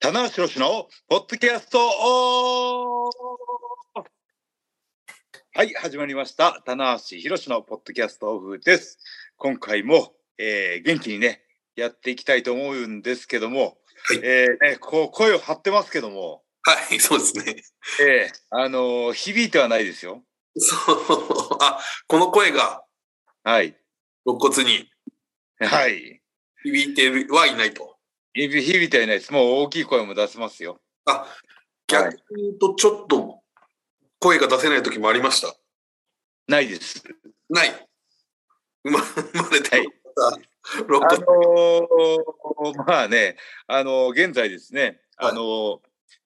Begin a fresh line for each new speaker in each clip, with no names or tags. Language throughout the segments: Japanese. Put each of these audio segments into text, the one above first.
棚橋宏のポッドキャストオフはい、始まりました。棚橋宏のポッドキャストオフです。今回も、えー元気にね、やっていきたいと思うんですけども、
はい
えーねこう声を張ってますけども、
はい、そうですね。
えーあのー響いてはないですよ。
そう。あ、この声が
はい。
肋骨に
はい。
響いてるはいないと。
響響いてはいないです。もう大きい声も出せますよ。
あ、逆に言うとちょっと声が出せない時もありました。
ないです。
ない。生ま 生まれてよかった肋
あ
骨。
のー まあね、あのー現在ですね、
はい
あのー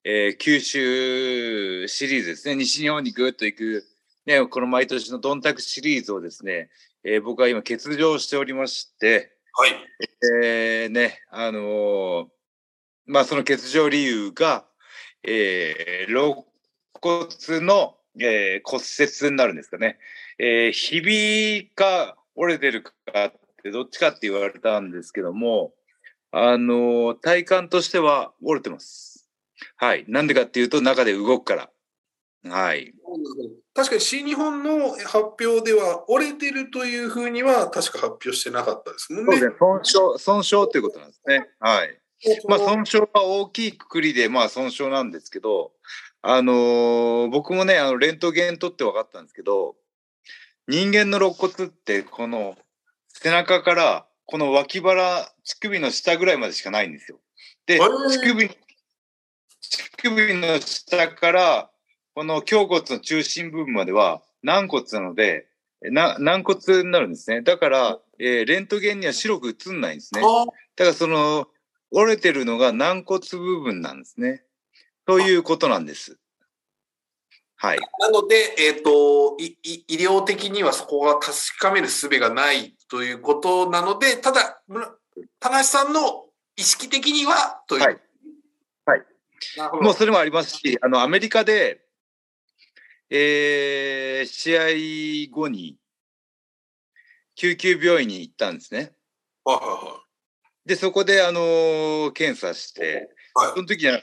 えー九州シリーズですね、西日本にぐっと行く、ね、この毎年のどんたくシリーズをですね、えー僕は今欠場しておりまして、
はい。
えーね、あのーまあその欠場理由が、えー、肋骨の、えー骨折になるんですかね。えー、ひびか折れてるかってどっちかって言われたんですけども、あのー体感としては折れてます。はい。なんでかっていうと中で動くから。はい。
確かに新日本の発表では折れてるというふうには確か発表してなかったですもんね。
損傷、損傷ということなんですね。はい。まあ、
その
損傷は大きいくくりで、まあ、損傷なんですけど、あのー僕もね、あのレントゲン取って分かったんですけど、人間の肋骨って、この背中から、この脇腹、乳首の下ぐらいまでしかないんですよ。で、
あれ
乳首、乳首の下から、この胸骨の中心部分までは軟骨なので、な軟骨になるんですね。だから、えーレントゲンには白く映んないんですね。
あ
だからその折れてるのが軟骨部分なんですね。ということなんです。はい。
なので、えっ、といい、医療的にはそこが確かめる術がないということなので、ただ、むら田無さんの意識的にはという。
はい。はい。
なるほど。
もうそれもありますし、あのアメリカで、えー試合後に救急病院に行ったんですね。
はいは
で、そこで、あのー検査して、
はい
その時には、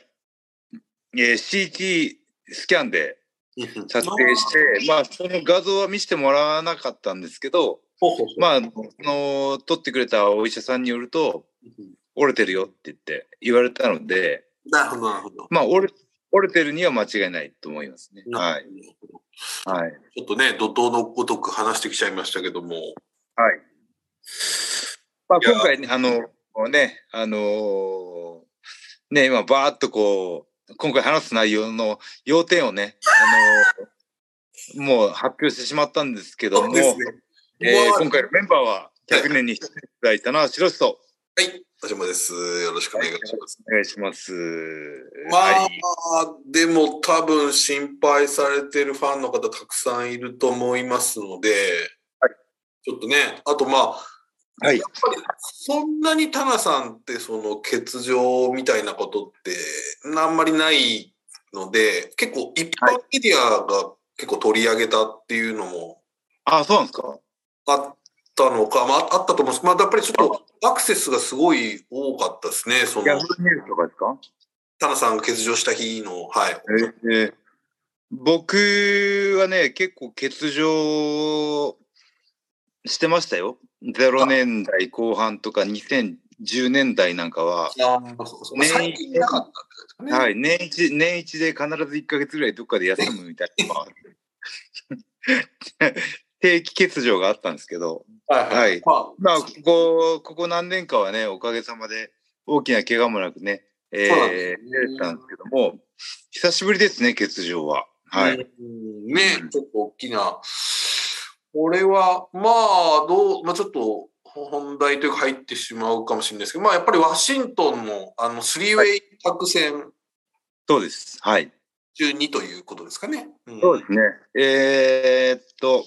えー CT スキャンで
いはい。
撮影して、まあ、その画像は見せてもらわなかったんですけど、
ほうほうほう
まあ、あの、取ってくれたお医者さんによると、折れてるよって言って言われたので、
なるほど、なるほど。
まあ、折れ、折れてるには間違いないと思いますね。はい。はい。
ちょっとね、怒涛のごとく話してきちゃいましたけども。
はい。まあ、
いや
今回ね、あの、ね、あのーね、今、バーっとこう、今回話す内容の要点をね、あのーもう発表してしまったんですけども、
ね。
えー
うわ
今回のメンバーは、100年に出演いただいたのは、白石と
はい。田島です。よろしくお願いします。
お願いします。
まあ、
はい。
でも多分心配されてるファンの方たくさんいると思いますので、
はい
ちょっとね、あとまあ、
はい
やっぱりそんなにタナさんってその欠場みたいなことってあんまりないので、結構一般メディアが結構取り上げたっていうのも
あ、そうなんですか。
あったのか、まああったと思うんですけど、まあやっぱりちょっとアクセスがすごい多かったですね、そ
ヤ
の
フーニュースとかですか。
タナさんが欠場した日の、はい。
ええ僕はね、結構欠場。してましたよ。0年代後半とか2010年代なんかは。
ね、最近なかったってことですかね。
はい、年一、年一で必ず1ヶ月ぐらいどっかで休むみたいな。まあ 定期欠場があったんですけど。
はい
はい
まあ、
まあ、ここ、ここ何年かはね、おかげさまで大きな怪我もなくね、え
そうなんで
ー、
すね
見れたんですけども、久しぶりですね、欠場は。はい。
うんね、ちょっと大きな。これは、まあ、どう、まあちょっと本題というか入ってしまうかもしれないですけど、まあやっぱりワシントンのあのスリーウェイ作戦
そうです。はい。
中にということですかね。うん
すね。えーっと、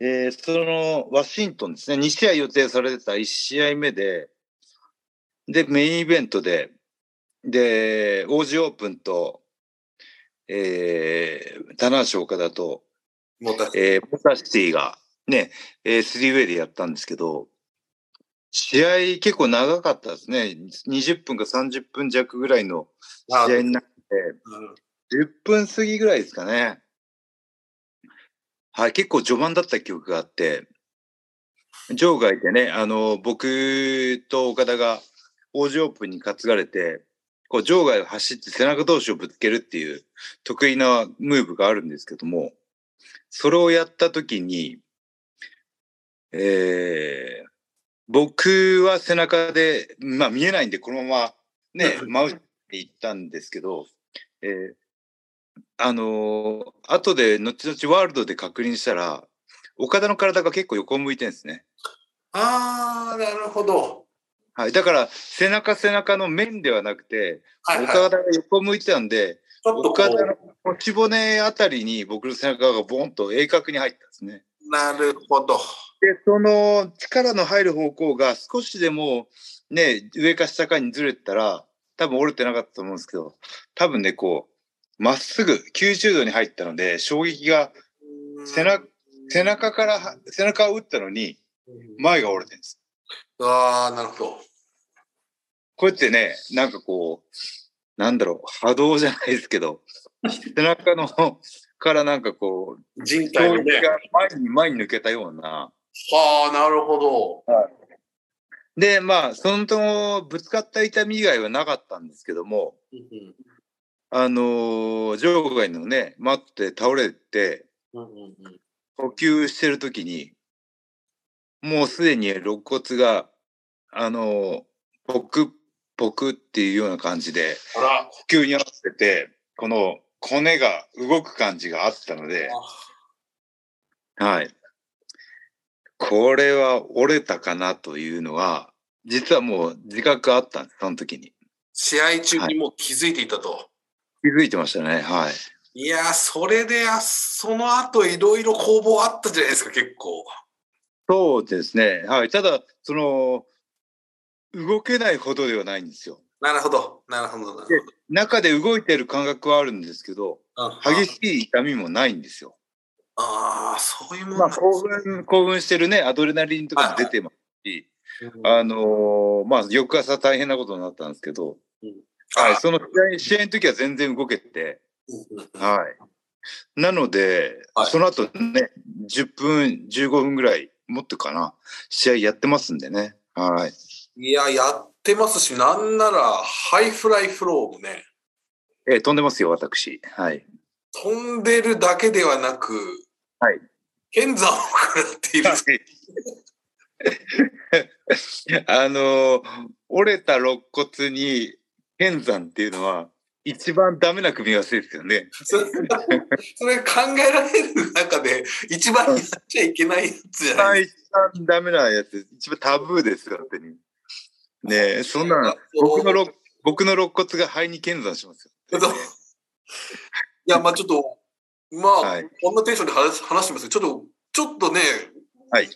えーその、ワシントンですね、2試合予定されてた1試合目で、で、メインイベントで、で、王子オープンと、えー、棚橋岡田と、
もうだ
えー、ポタシティがね、えー、スリーウェイでやったんですけど、試合結構長かったですね。20分か30分弱ぐらいの
あ
試合になって、
うん
10分過ぎぐらいですかね。はい、結構序盤だった記憶があって、場外でね、あの、僕と岡田が王子オープンに担がれて、こう、場外を走って背中同士をぶつけるっていう得意なムーブがあるんですけども、それをやった時に、えー、僕は背中で、まあ見えないんで、このままね、真後ろに行ったんですけど、えーあのー後で後々ワールドで確認したら、岡田の体が結構横を向いてるんですね。
あー、なるほど。
はい。だから、背中背中の面ではなくて、
はいはい。ちょ
岡田が横向いてたんで、
っとこ
岡田の
う、
腰骨あたりに僕の背中がボンと鋭角に入ったんですね。
なるほど。
で、その力の入る方向が少しでも、ね、上か下かにずれてたら、多分折れてなかったと思うんですけど、多分ね、こう、まっすぐ90度に入ったので、衝撃が背中背中からは、背中を打ったのに、
うん。
前が折れてるんです。
あー、なるほど。
こうやってね、なんかこう、なんだろう、波動じゃないですけど、背中のからなんかこう、
人体
衝
の
撃
ね。
が前に前に抜けたような、
あー、なるほど。
で、まあ、そのともぶつかった痛み以外はなかったんですけども、
うん
あのー場外のね、待って倒れて、
うんうんうん
呼吸してる時に、もうすでに肋骨が、あのーポクッポクッっていうような感じで、
あら、
呼吸に合わせて、この骨が動く感じがあったので、はい。これは折れたかなというのは、実はもう自覚あったんです、その時に。
試合中にもう気づいていたと。
気づいてましたね、はい。
い、やー、それで、あその後いろいろ攻防あったじゃないですか、結構。
そうですね、はい。ただ、その、動けないほどではないんですよ。
なるほど、なるほど、な
で
る
中で動いてる感覚はあるんですけど、
ほど。うん
激しい痛みもないんですよ。
ああ、そういうもん
まあ、
なんです
興奮、興奮してるね、アドレナリンとかも出てますし、あのーまあ、翌朝大変なことになったんですけど、はい、その試合試合の時は全然動けて、
あ
はい。なので、
はい
その後ね、10分、15分ぐらい、もっとかな、試合やってますんでね。はい。
いや、やってますし、なんなら、ハイフライフローもね、
えー飛んでますよ、私。はい。
飛んでるだけではなく、
はい。
剣山を食らっている。
あのー折れた肋骨に剣山っていうのは、一番ダメな組み合わせですよね。
それそれ考えられる中で、一番やっちゃいけないやつじゃ
一
ない
番
で
一番ダメなやつ、一番タブーですよ、本当に。ねえ、そんな
す
の
か。、
僕の肋僕の肋骨が肺に剣山しますよ。
そういや、まあちょっと、まあ、
はい
こんなテンションで話話してますけど、ちょっと、ちょっとね、
はい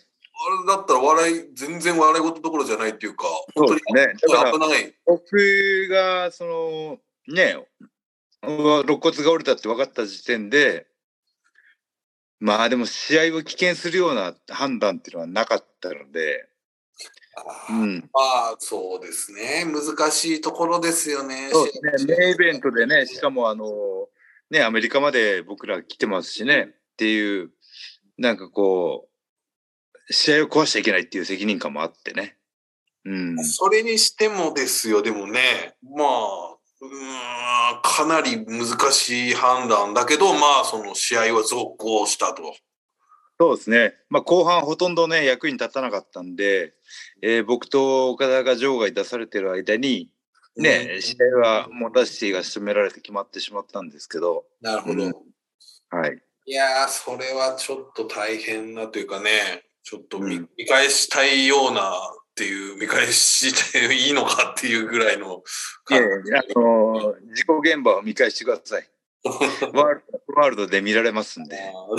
あれだったら笑い、全然笑い事どころじゃないっていうか、本当
そう
に
ですね。だから
危ない。
僕がそのね肋骨が折れたって分かった時点でまあでも試合を棄権するような判断っていうのはなかったので、
あ
う
ーま
ん、
あ、そうですね。難しいところですよね。
そうですねメインイベントでねしかもあのねアメリカまで僕ら来てますしねっていうなんかこう試合を壊しちゃいけないっていう責任感もあってね、うん、
それにしてもですよ、でもね、まあ、うーん、かなり難しい判断だけど、まあ、その試合は続行したと。
そうですね、まあ、後半ほとんどね役に立たなかったんで、えー僕と岡田が場外出されてる間に、ね
うん
試合はモンタシティが仕留められて決まってしまったんですけど、
なるほ
うん
ど。
はい、
いやー、それはちょっと大変なというかね、ちょっと見,、
うん
見返したいようなっていう、見返していいのかっていうぐらいの
いや
感
い
じ。
やあのー事故現場を見返してくださ いワールドワールドで見られますんで。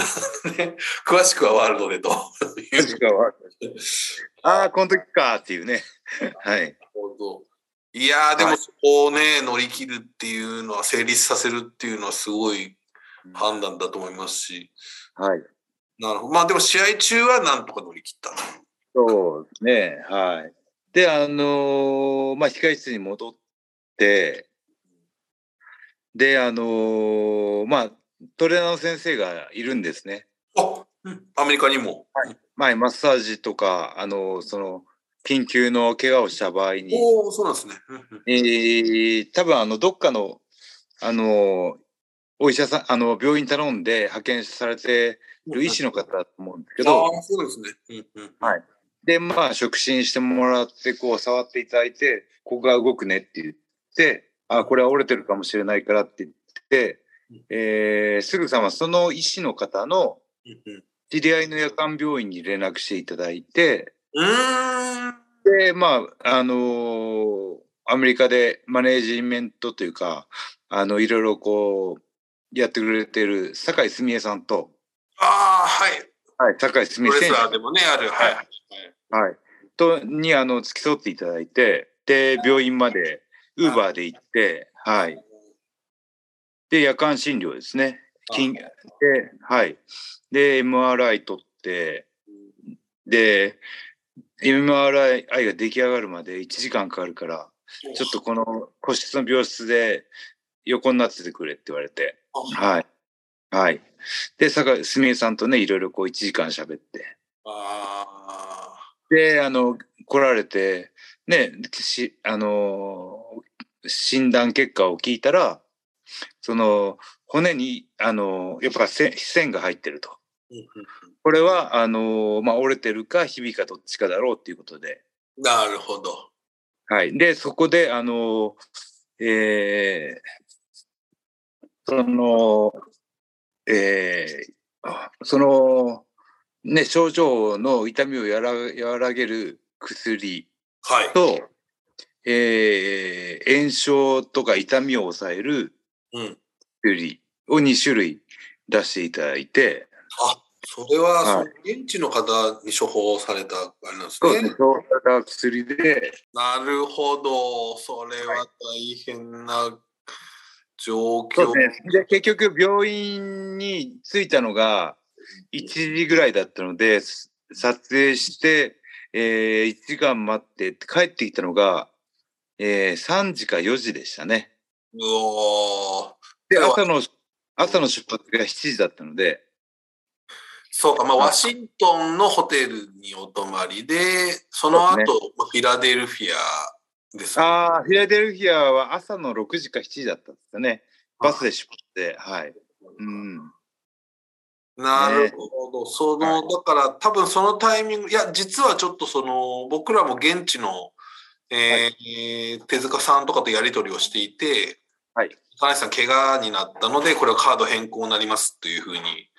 ね詳しくはワールドでと。
マジかワールド ああ、この時かっていうね。 はい。
いやー、で
は
も
い
そこをね、乗り切るっていうのは、成立させるっていうのはすごい判断だと思いますし、
はい。
なるほど。まあでも試合中はなんとか乗り切った。
そうですね。はい。で、あのーまあ、控室に戻って、で、あのーまあ、トレーナーの先生がいるんですね。
あ、うんアメリカにも。
まあ、マッサージとか、あのーその、緊急の怪我をした場合に、
おお、そうなんですね。うんうん
えー、多分あのどっかのあのお医者さんあの病院に頼んで派遣されてる医師の方だと思うんですけど、
ああ、そうですね。うんうん
はいでまあ触診してもらってこう触っていただいてここが動くねって言ってあこれは折れてるかもしれないからって言って、えー、すぐさまその医師の方の
うんうん
知り合いの夜間病院に連絡していただいて
うーん。
で、まあ、あのーアメリカでマネージメントというか、あの、いろいろこう、やってくれてる酒井澄江さんと、
ああ、はい。
はい、酒井
プ
澄江
レ
選
ス
手、
ラーでもね、ある。はい。はい
はい、と、に、あの、付き添っていただいて、で、病院まで、ウーバーで行って、はい。で、夜間診療ですね。緊で、はい。で、MRI 取って、で、MRI が出来上がるまで1時間かかるから、ちょっとこの個室の病室で横になっててくれって言われて、はい。はい。で、坂井すみえさんとね、いろいろこう1時間喋って。
ああ。
で、あの、来られて、ね、し、あのー、診断結果を聞いたら、その、骨に、あのー、やっぱせ線が入ってると。
うんうん
これは、あのー、まあ、折れてるか、ひびかどっちかだろうっていうことで、
なるほど。
はい。で、そこで、あの、えーその、えーその、ね、症状の痛みをやら和らげる薬
はい。
と、えー炎症とか痛みを抑える
うん。
薬を2種類出していただいて、
あ、それは、
はい
その現地の方に処方されたあれなんです
そうです
ね
ね、。そういった薬で、
なるほど。それは大変な状
そ
況。
うですね。で、結局、病院に着いたのが1時ぐらいだったので、す撮影して、え1時間待って、帰ってきたのが、えー3時か4時でしたね。
うおー
で、
そう
朝の、朝の出発が7時だったので、
そうか、まあ、ワシントンのホテルにお泊まりで、その後、
そうで
まあフィラデルフィアですね。
ああ、フィラデルフィアは朝の6時か7時だったんですかね。バスで出発で、はい。うん。
なるほど。その、だから多分そのタイミング、いや、実はちょっとその、僕らも現地の、えー手塚さんとかとやり取りをしていて、
はい。
金井さん、怪我になったので、これはカード変更になりますというふうに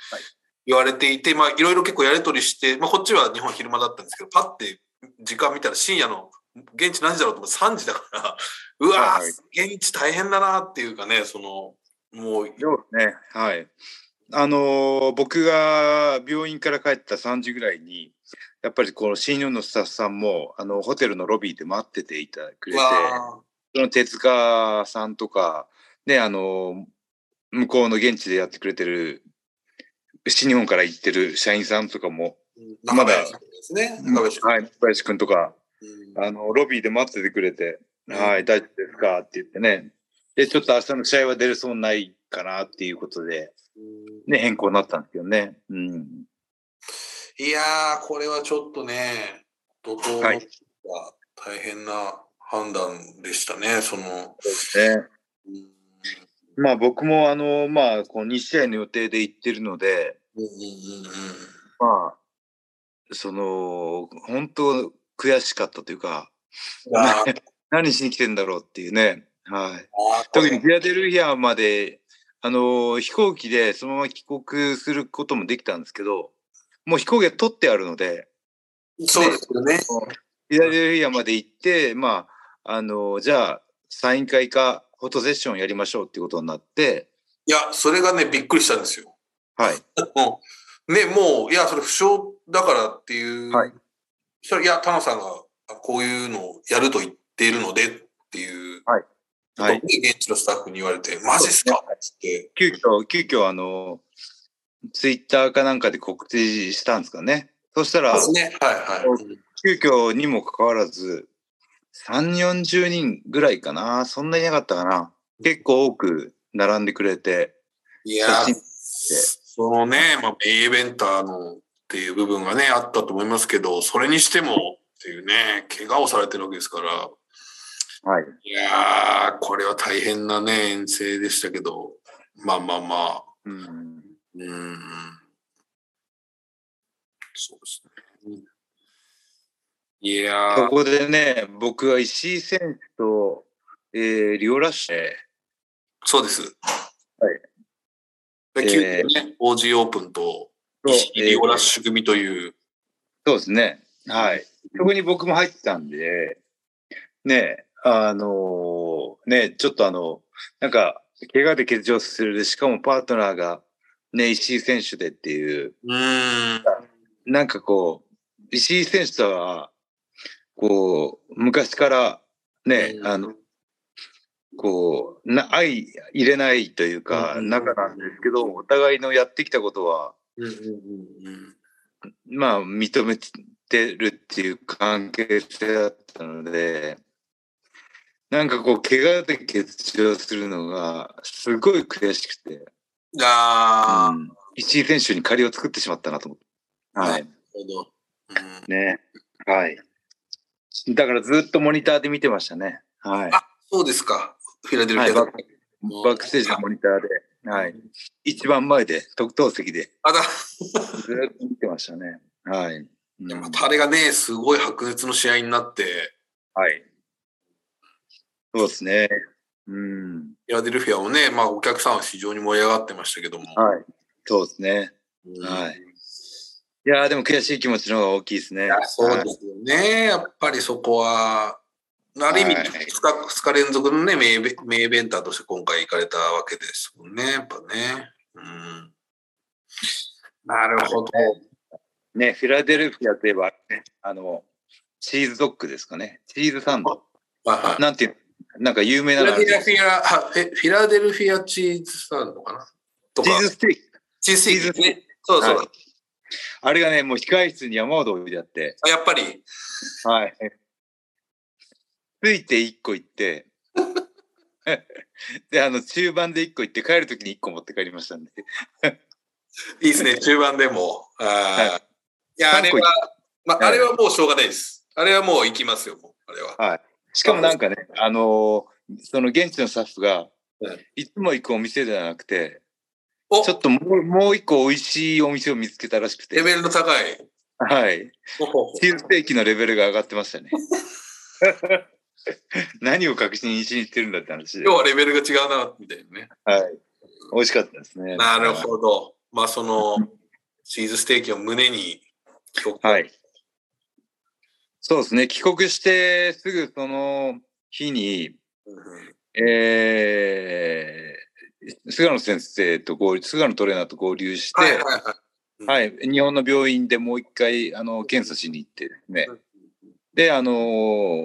言われていて、まあ、いろいろ結構やり取りして、まあ、こっちは日本昼間だったんですけど、パッて時間見たら深夜の、現地何時だろうと思って3時だから、うわー、
はいはい
現地大変だなっていうかね、その、もう、
そうですね。はい。あのー僕が病院から帰った3時ぐらいに、やっぱりこの新日本のスタッフさんも、あの、ホテルのロビーで待ってていただくれて、
わ
その手塚さんとか、ね、あのー向こうの現地でやってくれてる、新日本から行ってる社員さんとかも、
ー、
まだ
中林さんですね。中林さん
はい、小林くんとか、
うん
あの、ロビーで待っててくれて、
うん
はい、大丈夫ですかって言ってね。で、ちょっと明日の試合は出れそうにないかなっていうことで、ね、変更になったんですけどね。うん。
いやー、これはちょっとね、怒涛
は
の
い
大変な判断でしたね、その。
ね、
うん
まあ僕もあの、まあ、こう2試合の予定で行ってるので、
うんうんうんう
まあ、その、本当悔しかったというか、
んあー
何しに来てんだろうっていうね。はい。
あー
特にフィラデルフィアまで、あの、飛行機でそのまま帰国することもできたんですけど、もう飛行機は取ってあるので、
そうですよね。
フィラデルフィアまで行って、まあ、あの、じゃあ、サイン会か、フォトセッションやりましょうっていうことになって、
いや、それがね、びっくりしたんですよ。
はい。
うんね、もう、いや、それ負傷だからっていう、
はい
それいや、田野さんがあこういうのをやると言っているのでっていう、
はいはい。
現地のスタッフに言われて、マジっすかって、
急遽、急遽あの、ツイッターかなんかで告知したんですかね。そしたら
で、すね、はいはい。
急遽にもかかわらず、 3、40人ぐらいかな。そんなになかったかな。結構多く並んでくれて。
いや
写真
ー、そのね、まあ、メインイベンターのっていう部分がね、あったと思いますけど、それにしてもっていうね、怪我をされてるわけですから、
はい。
いやー、これは大変なね、遠征でしたけど、まあまあまあ、
うん、
うーん。そうですね。いや
そ
ー、
こでね、僕は石井選手と、えーリオラッシュで、
そうです。
はい
で。
えー
急遽ね、OG オープンと、石井リオラッシュ組という、
そうですね。はい。そこに僕も入ってたんで、ね、あのーね、ちょっとあの、なんか、怪我で欠場する、しかもパートナーが、ね、石井選手でっていう、
うーん、
なんかこう、石井選手とは、こう、昔から、ね、
うん
あの、こう、な、愛入れないというか、
うん
仲なんですけど、お互いのやってきたことは、
うんうんうんうん。
まあ、認めてるっていう関係性だったので、なんかこう、怪我で欠場するのが、すごい悔しくて、
ああ、
うん石井選手に借りを作ってしまったなと思って。はい。
なるほど。うん
ね。はい。だからずっとモニターで見てましたね。はい。
あそうですか。フィラデル
はい、
フィ
バ
ア
ックバックステージのモニターで、はい。一番前で、特等席で、
あだ、
ずっと見てましたね。はい。うん
でもあれがね、すごい白熱の試合になって、
はい。そうですね。うん。
フィラデルフィアもね、まあお客さんは非常に盛り上がってましたけども。
はい。そうですね。
うん
はい。いやーでも悔しい気持ちの方が大きいですね。
いやそう
はい
ですよね。やっぱりそこは、ある意味
はい
2日、二日連続のね、名イベ名イベンターとして今回行かれたわけですもんね、やっぱね。うん。なるほど。
ね、フィラデルフィアといえば、ねあの、チーズドッグですかね。チーズサンド。
はいはい
なんていう、なんか有名な
フ
の
ィラ
ある
デ
じゃん
ルフィア、あえフィラデルフィアチーズサンドかなとか
チーズステーキ。
チーズステーキね。そうそう。
はいあれがね、もう控え室に山ほど置いてあって、
あやっぱり、
はい。ついて1個行っ て、で、あの、中盤で1個行って、帰るときに1個持って帰りましたんで。
いいですね、中盤でも。あーいや、あれ
韓国
は、まあ、
は
あ
い
れはもうしょうがないです。あれはもう行きますよ、もう。あれは。
しかもなんかね、あのーその現地のスタッフが
うん、
いつも行くお店ではなくて、
お
ちょっともうもう一個美味しいお店を見つけたらしく
レ
て、
ベルの高い。
はい。チーズステーキのレベルが上がってましたね。何を確信しに行ってるんだって話で。
今日
はい。
はレベルが違うな、みたいなね。
美味しかったですね。
なるほど。まあ、その、チーズステーキを胸に、
はい。そうですね。帰国してすぐその日に、
うん
えー、菅野先生と合流、菅野トレーナーと合流して、
は
はいい
はいは
日本の病院でもう一回、あの、検査しに行ってですね
い。。
で、あの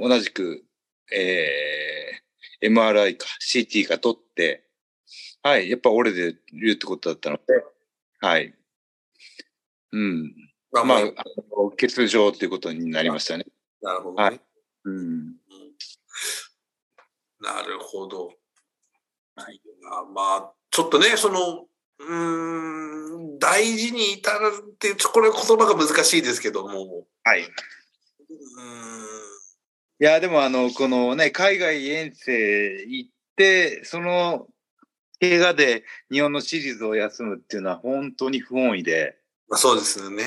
ー同じく、えー MRI か CT か取って、はい、やっぱ折れてるってことだったので、はい。うん。
まあ
ま
ま
あ、
あ
あ、の欠場っていうことになりましたね。
なるほど
は
ね。
うん。
なるほど。はい、まあ、ちょっとね、その、うーん、大事に至るって、ちょこれ言葉が難しいですけども、
はい。
うー
いや、でもあの、このね、海外遠征行って、その、映画で日本のシリーズを休むっていうのは本当に不本意で。
ん、そうですよね。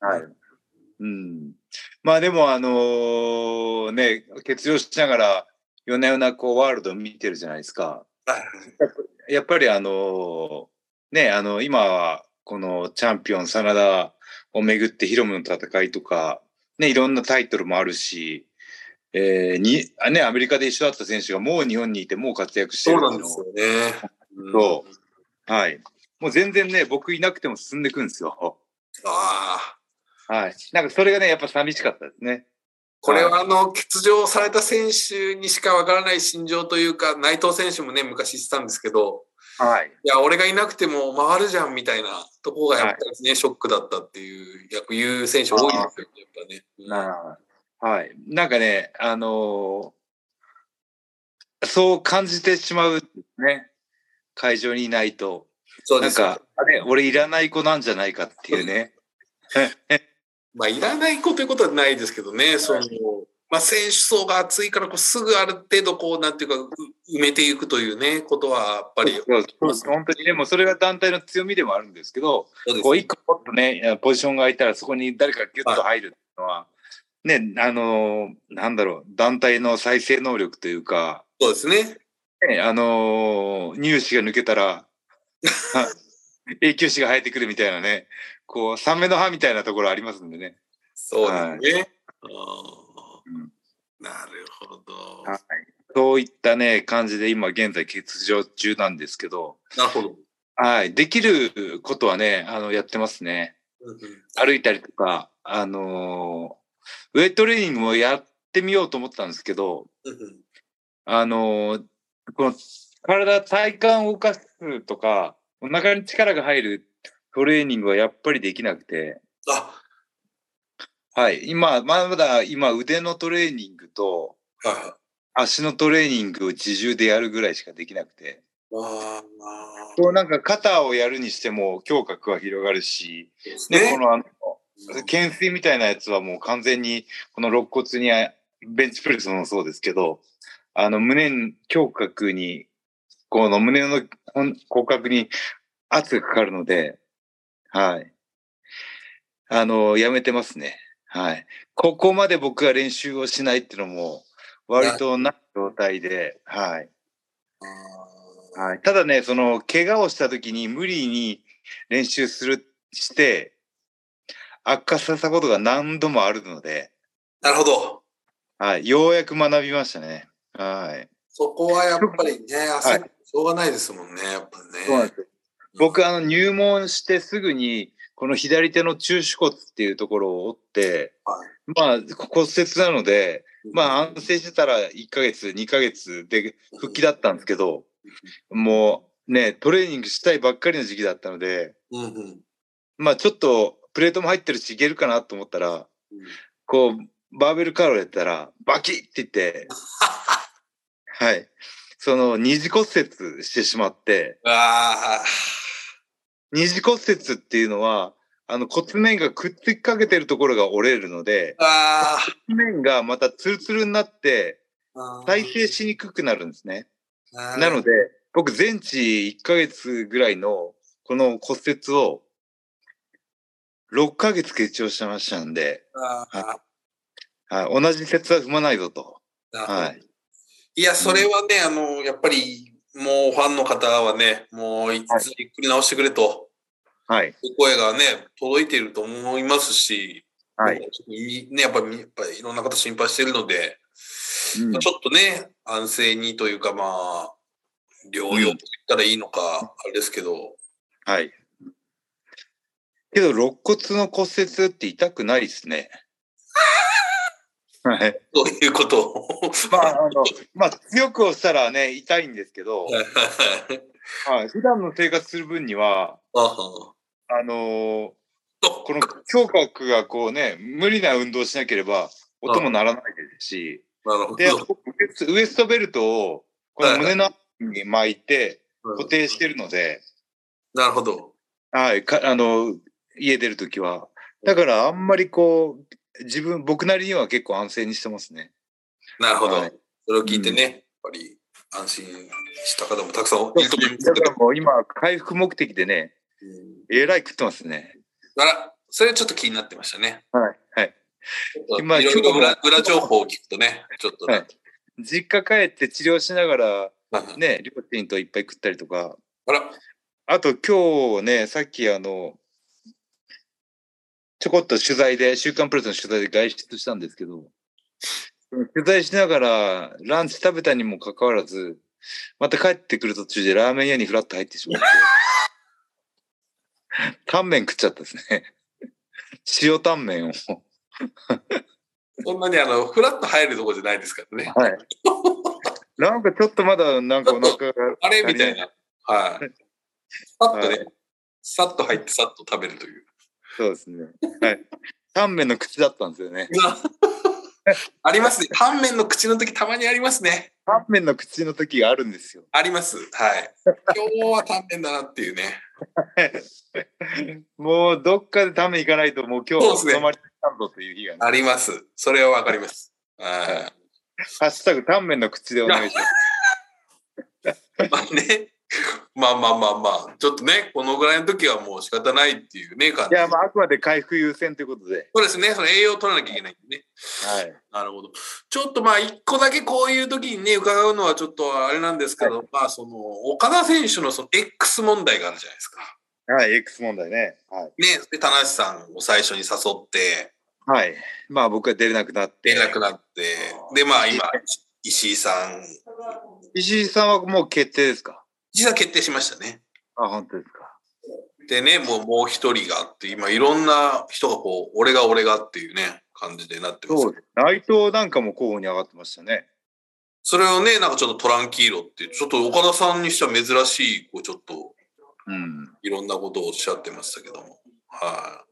はい。うん。まあでもあのーね、欠場しながら、夜な夜なこうワールドを見てるじゃないですか。
はい
やっぱりあのーね、あの、今はこのチャンピオン真田をめぐってヒロムの戦いとか、ね、いろんなタイトルもあるし、えーに、あね、アメリカで一緒だった選手がもう日本にいてもう活躍して
そ
るっていう
うなんで
のを
すよね。うん
そはい。もう全然ね、僕いなくても進んでいくんですよ。
ああ、
はい。なんかそれがね、やっぱ寂しかったですね。
これはあの、欠場された選手にしかわからない心情というか、内藤選手もね、昔言ってたんですけど、
はい。
いや、俺がいなくても回るじゃんみたいなとこがやっぱりね、ショックだったっていう、やっぱ言う選手多いですよね、やっぱね。
なはい。なんかね、あのーそう感じてしまうんですね。会場にいないと。
そう
な
で
ん
すよ
か、あれ、俺いらない子なんじゃないかっていうね。
まあ、いらない子ということはないですけどね、そのまあ、選手層が厚いからこう、すぐある程度、こう、なんていうか、う埋めていくというね、ことはやっぱり、
そうそう本当に、でもそれが団体の強みでもあるんですけど、
そうで
こう
すね
一個ポッとね、ポジションが空いたらそこに誰かギュッと入るのは、ね、あのーなんだろう、団体の再生能力というか、
そうですね。
ね、あのー乳歯が抜けた ら、永久歯が生えてくるみたいなね、こう、三目の歯みたいなところありますんでね。
そうですね。
いうん
あーなるほど。
はい。そういったね、感じで今現在欠場中なんですけど、
なるほど。
はい。できることはね、あの、やってますね。
うんうん
歩いたりとか、あのーウェイトトレーニングもやってみようと思ったんですけど、
うんうん
あのーこの体、体幹を動かすとか、お腹に力が入るトレーニングはやっぱりできなくて、
あ、
はい。今、まだ今腕のトレーニングと
はいはい。
足のトレーニングを自重でやるぐらいしかできなくて、
あー
こうなんか肩をやるにしても胸郭は広がるし、ね、こ
ね、
のあの、懸垂みたいなやつはもう完全に、この肋骨にあ、ベンチプレスもそうですけど、あの、胸に、胸郭に、この胸のほん骨格に圧がかかるので、はい。あの、やめてますね。はい。ここまで僕が練習をしないっていうのも、割とない状態で、はい。
あー
はい、ただね、その怪我をした時に無理に練習するして悪化させたことが何度もあるので、
なるほど。
はい、ようやく学びましたね。はい、
そこはやっぱりね、焦ってしょうがないですもんね、やっぱね。
す僕あの入門してすぐにこの左手の中手骨っていうところを折って、
はい
まあ骨折なので、まあ安静してたら1ヶ月2ヶ月で復帰だったんですけど、もうねトレーニングしたいばっかりの時期だったので。
うんうん
まあちょっとプレートも入ってるしいけるかなと思ったら、
うん
こう、バーベルカールやったら、バキッって言って、はい。その二次骨折してしまって、
ああ、
二次骨折っていうのは、あの骨面がくっつきかけてるところが折れるので、
あ
骨面がまたツルツルになって、
あ。
再生しにくくなるんですね。
な
なので、僕全治1ヶ月ぐらいのこの骨折を、6ヶ月欠場してましたんで、
ああ
はい、同じ説は踏まないぞと。はい。
いや、それはね、あの、やっぱり、もうファンの方はね、もうい
は
つゆっくり直してくれと、
はい。
いう声がね、届いていると思いますし、
はい。
いね、やっぱり、やっぱりいろんな方心配しているので、
うん
ちょっとね、安静にというか、まあ、療養と言ったらいいのか、あれですけど、
はい。けど、肋骨の骨折って痛くないです ね。はい。
そういうことを。
まあ、あの、 まあ、強く押したらね、痛いんですけ ど、はい、普段の生活する分には、
あは
あのー
あ
この胸郭がこうね、無理な運動しなければ、音も鳴らないですし、
なるほ
で、
ど。
ウエスウエストベルトを、この胸の辺りに巻いて
うん
固定してるので、
なるほど。
はい、かあの家出るときは。だからあんまりこう、自分、僕なりには結構安静にしてますね。
なるほど。
はい
それを聞いてね、やっぱり安心した方もたくさんいると思います
だ
け
か
ど
ら。もう今、回復目的でね、
うん
えらい食ってますね。
あら、それちょっと気になってましたね。
はい。はい。
ちょっと
まあ
いろいろ裏
今
裏情報を聞くとね、ちょっとね。
実家帰って治療しながら、
うん
ね、両親といっぱい食ったりとか。
あら、
あと今日ね、さっきあの、ちょこっと取材で、週刊プレスの取材で外出したんですけど、取材しながらランチ食べたにもかかわらず、また帰ってくる途中でラーメン屋にフラッと入ってしまって、タンメン食っちゃったですね。塩タンメンを。
そんなにあの、フラッと入るとこじゃないですからね。
はい。なんかちょっとまだなんかお腹が、
あれみたいな。はい。さっ
は
とね、さっと入ってさっと食べるという。
そうですね。はい。タンメンの口だったんですよね。
ありますね。乾麺の口の時たまにありますね。
乾麺の口の時があるんですよ。
あります。はい。今日は乾麺だなっていうね。
もうどっかでため行かないと、もう今日
そうですね
泊まりたんぞという日がね。
あります。それはわかります。あ
ハッシュタグ、タンメンの口 でお願いします。
ーまあね。まあまあまあまあ、ちょっとね、このぐらいの時はもう仕方ないっていうね、感
い
じ。
や、まあ、あくまで回復優先ということで。
そうですね、その栄養を取らなきゃいけないんでね。
はい。
なるほど。ちょっとまあ、一個だけこういう時にね、伺うのはちょっとあれなんですけど、まあ、その、岡田選手のその X 問題があるじゃないですか。
はい、X 問題ね。はい。
ね、で、田無さんを最初に誘って、
はい。まあ、僕は出れなくなって。
連絡なって、で、まあ、今、石井さん、
石井さんはもう決定ですか
石井さん決定しましたね。
あ、本当ですか。
でね、もう、もう一人がって、今、いろんな人がこう、俺が俺がっていうね、感じでなってます
そう。です。内藤なんかも候補に上がってましたね。
それをね、なんかちょっとトランキーロって、ちょっと岡田さんにしては珍しい、こう、ちょっと、
うん。
いろんなことをおっしゃってましたけども。はい。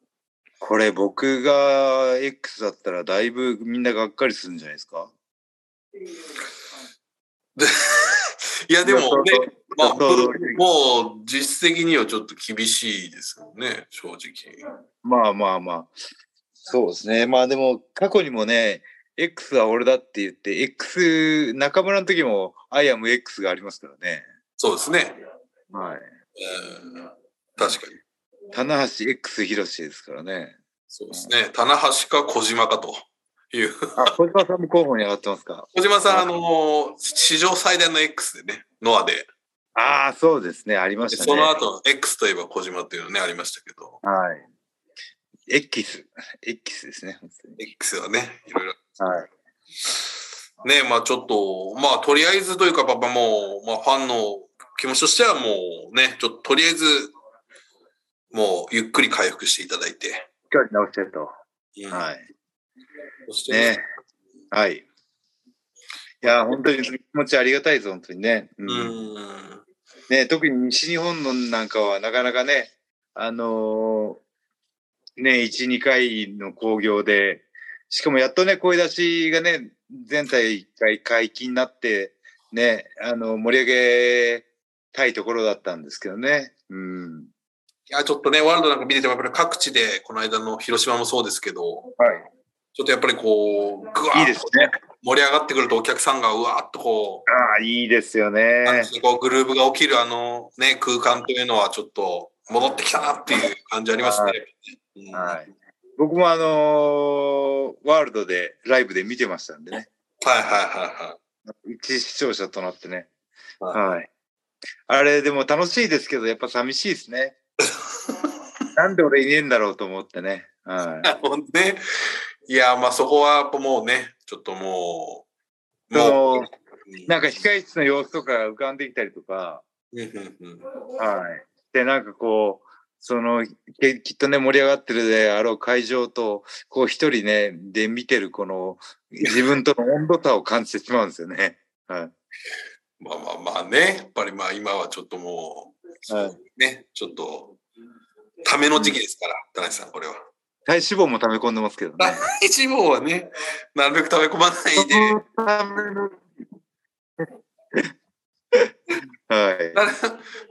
これ僕が X だったらだいぶみんながっかりするんじゃないですか
いや、でも
いやそう
ね
そう、
まあ、
そうそう
もう実績にはちょっと厳しいですよね、正直。
まあまあまあ。そうですね。まあでも過去にもね、X は俺だって言って、X、中村の時も I am X がありますからね。
そうですね。
はい。
うん確かに。
棚橋 X 広志ですからね。
そうですね。棚橋か小島かという。
あ、小島さんも候補に上がってますか
小島さん、
はい
あのー史上最大の X でね、ノアで。
ああ、そうですね。ありましたね。
その後、X といえば小島っていうのね、ありましたけど、
はい。X、X ですね。本当に
X はね、いろいろ。
はい。
ね、まあちょっと、まあとりあえずというか、パパもう、まあファンの気持ちとしてはもうね、ちょっととりあえず、もうゆっくり回復していただいて。
今日直してると。
うん
はい。
そして
ね。はい。いや、本当に気持ちありがたいです、本当にね。う
うんん。
ね、特に西日本のなんかはなかなかね、あのーね、1、2回の興行で、しかもやっとね、声出しがね、全体回解禁になって、ね、あの、盛り上げたいところだったんですけどね。うん。
いや、ちょっとね、ワールドなんか見てても、やっぱり各地で、この間の広島もそうですけど、
は
ちょっとやっぱりこう、ぐわ
いい
ー
で
っ
す
と
ね。
盛り上がってくると、お客さんがうわーっとこ
ああ、いいですよ
う、
ね。
こうグルーブが起きるあのね、空間というのは、ちょっと戻ってきたなっていう感じありますね。うん
は
はい
い。僕もあのーワールドで、ライブで見てましたんでね。
はいはいはい。
一視聴者となってね。
はい
はい。あれ、でも楽しいですけど、やっぱ寂しいです ね。なんで俺いねえんだろうと思ってね。はい。
ほんで、いや、まあそこはやっぱもうね、ちょっともう、 も、
そう
う
なんか控室の様子とかが浮かんできたりとか、
うんうんうん
はい。で、なんかこう、そのけきっとね盛り上がってるであろう会場とこう一人ねで見てるこの自分との温度差を感じてしまうんですよ ね。は
まあまあまあね、やっぱりまあ今はちょっともう、
い。はい、
ね、ちょっと、ための時期ですから、田中さん、これは。
体脂肪も溜め込んでますけどね。
第一号はね、なるべく食べ込まないで、
はい。
なる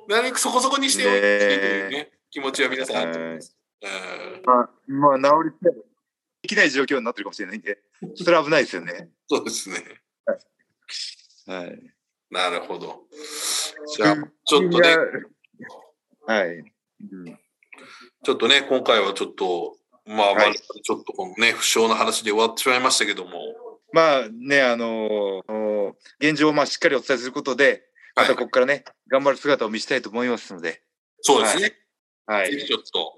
なるべくそこそこにしておいてっていうね、気持ちは皆さんあると思います。うん
まあ、まあ、治りつつできない状況になってるかもしれないんで、それは危ないですよね。
そうですね。
はい。
なるほど。じゃあ、ちょっとね、
はい。うん
ちょっとね、今回はちょっと、まあ、
はい
まあちょっとこのね、不詳の話で終わってしまいましたけども、
まあね、あのー現状をまあしっかりお伝えすることで、ま
は
た
い
こ、こからね、頑張る姿を見せたいと思いますので、
そうですね。
は
ぜひ
い。
ちょっと、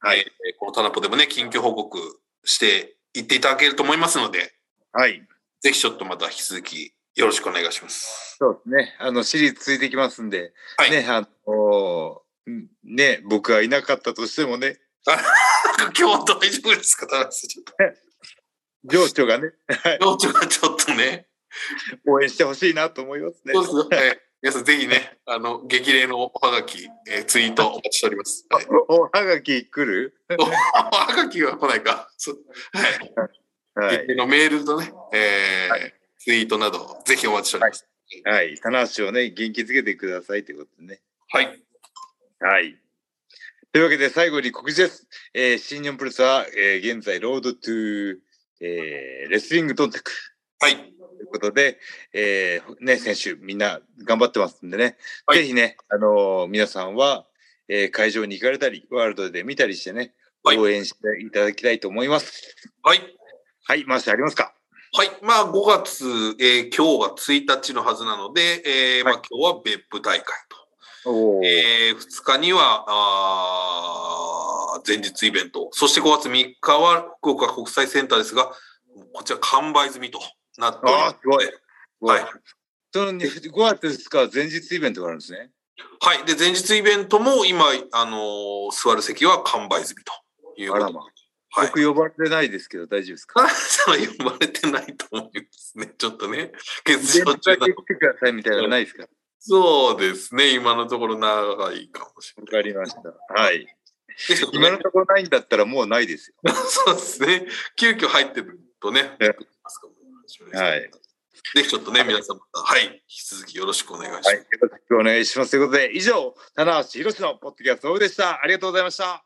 はい
えーこのタナポでもね、緊急報告していっていただけると思いますので、
はい。
ぜひちょっとまた引き続きよろしくお願い します。
そうですね。あの、シリーズ続いていきますんで、
はい
ね、あのーうんね、僕がいなかったとしてもね、
今日大丈夫ですか田中さんちょっ
情緒がね、
と情緒がちょっとね。
応援してほしいなと思いますね。
そうですね。はい皆さんぜひね、あの、激励のおはがき、えーツイートお待ちしております。はい、
おはがき来る
おはがきは来ないか。そうはい。
はい。
のメールとね、えー
は
ツイートなど、ぜひお待ちしております。
はい。棚橋をね、元気づけてくださいということでね。
はい。
はい。というわけで最後に告知です。えー、新日本プロレスは、えー現在、ロードトゥー、えーレスリングドンテク
はい。
ということで、えーね、選手、みんな頑張ってますんでね、
はい
ぜひね、あのー皆さんは、えー会場に行かれたり、ワールドで見たりしてね、
はい
応援していただきたいと思います。
はい。
はい、マーシャありますか
はい。まあ、5月、えー今日が1日のはずなので、えーまあ、今日は別府大会
お
と。えー、2日には、あー前日イベント。そして5月3日は、福岡国際センターですが、こちら完売済みとなっており
ああ、
ます
す。ごい。
はい
そのね5月2日は前日イベントがあるんですね。
はい。で、前日イベントも今、あのー座る席は完売済みという
あ
こ
ら
とで。
まあ。
はい。
僕呼ばれてないですけど大丈夫ですか
あなたは呼ばれてないと思いますね。 ちょっとね。決
絶
勝
対来
中だ
て
と。
くださいみたいなのないですか
そうですね。今のところ長いかもしれ
わ
ない。
かりました。はい。
ですよね
今のところないんだったらもうないですよ。
そうですね。急遽入ってくるとね。
えはい
ぜひちょっとね、皆さんまた、はい。引き続きよろしくお願いします。
はい。よろしくお願いします。ということで、以上、棚橋宏のポッドキャストオフでした。ありがとうございました。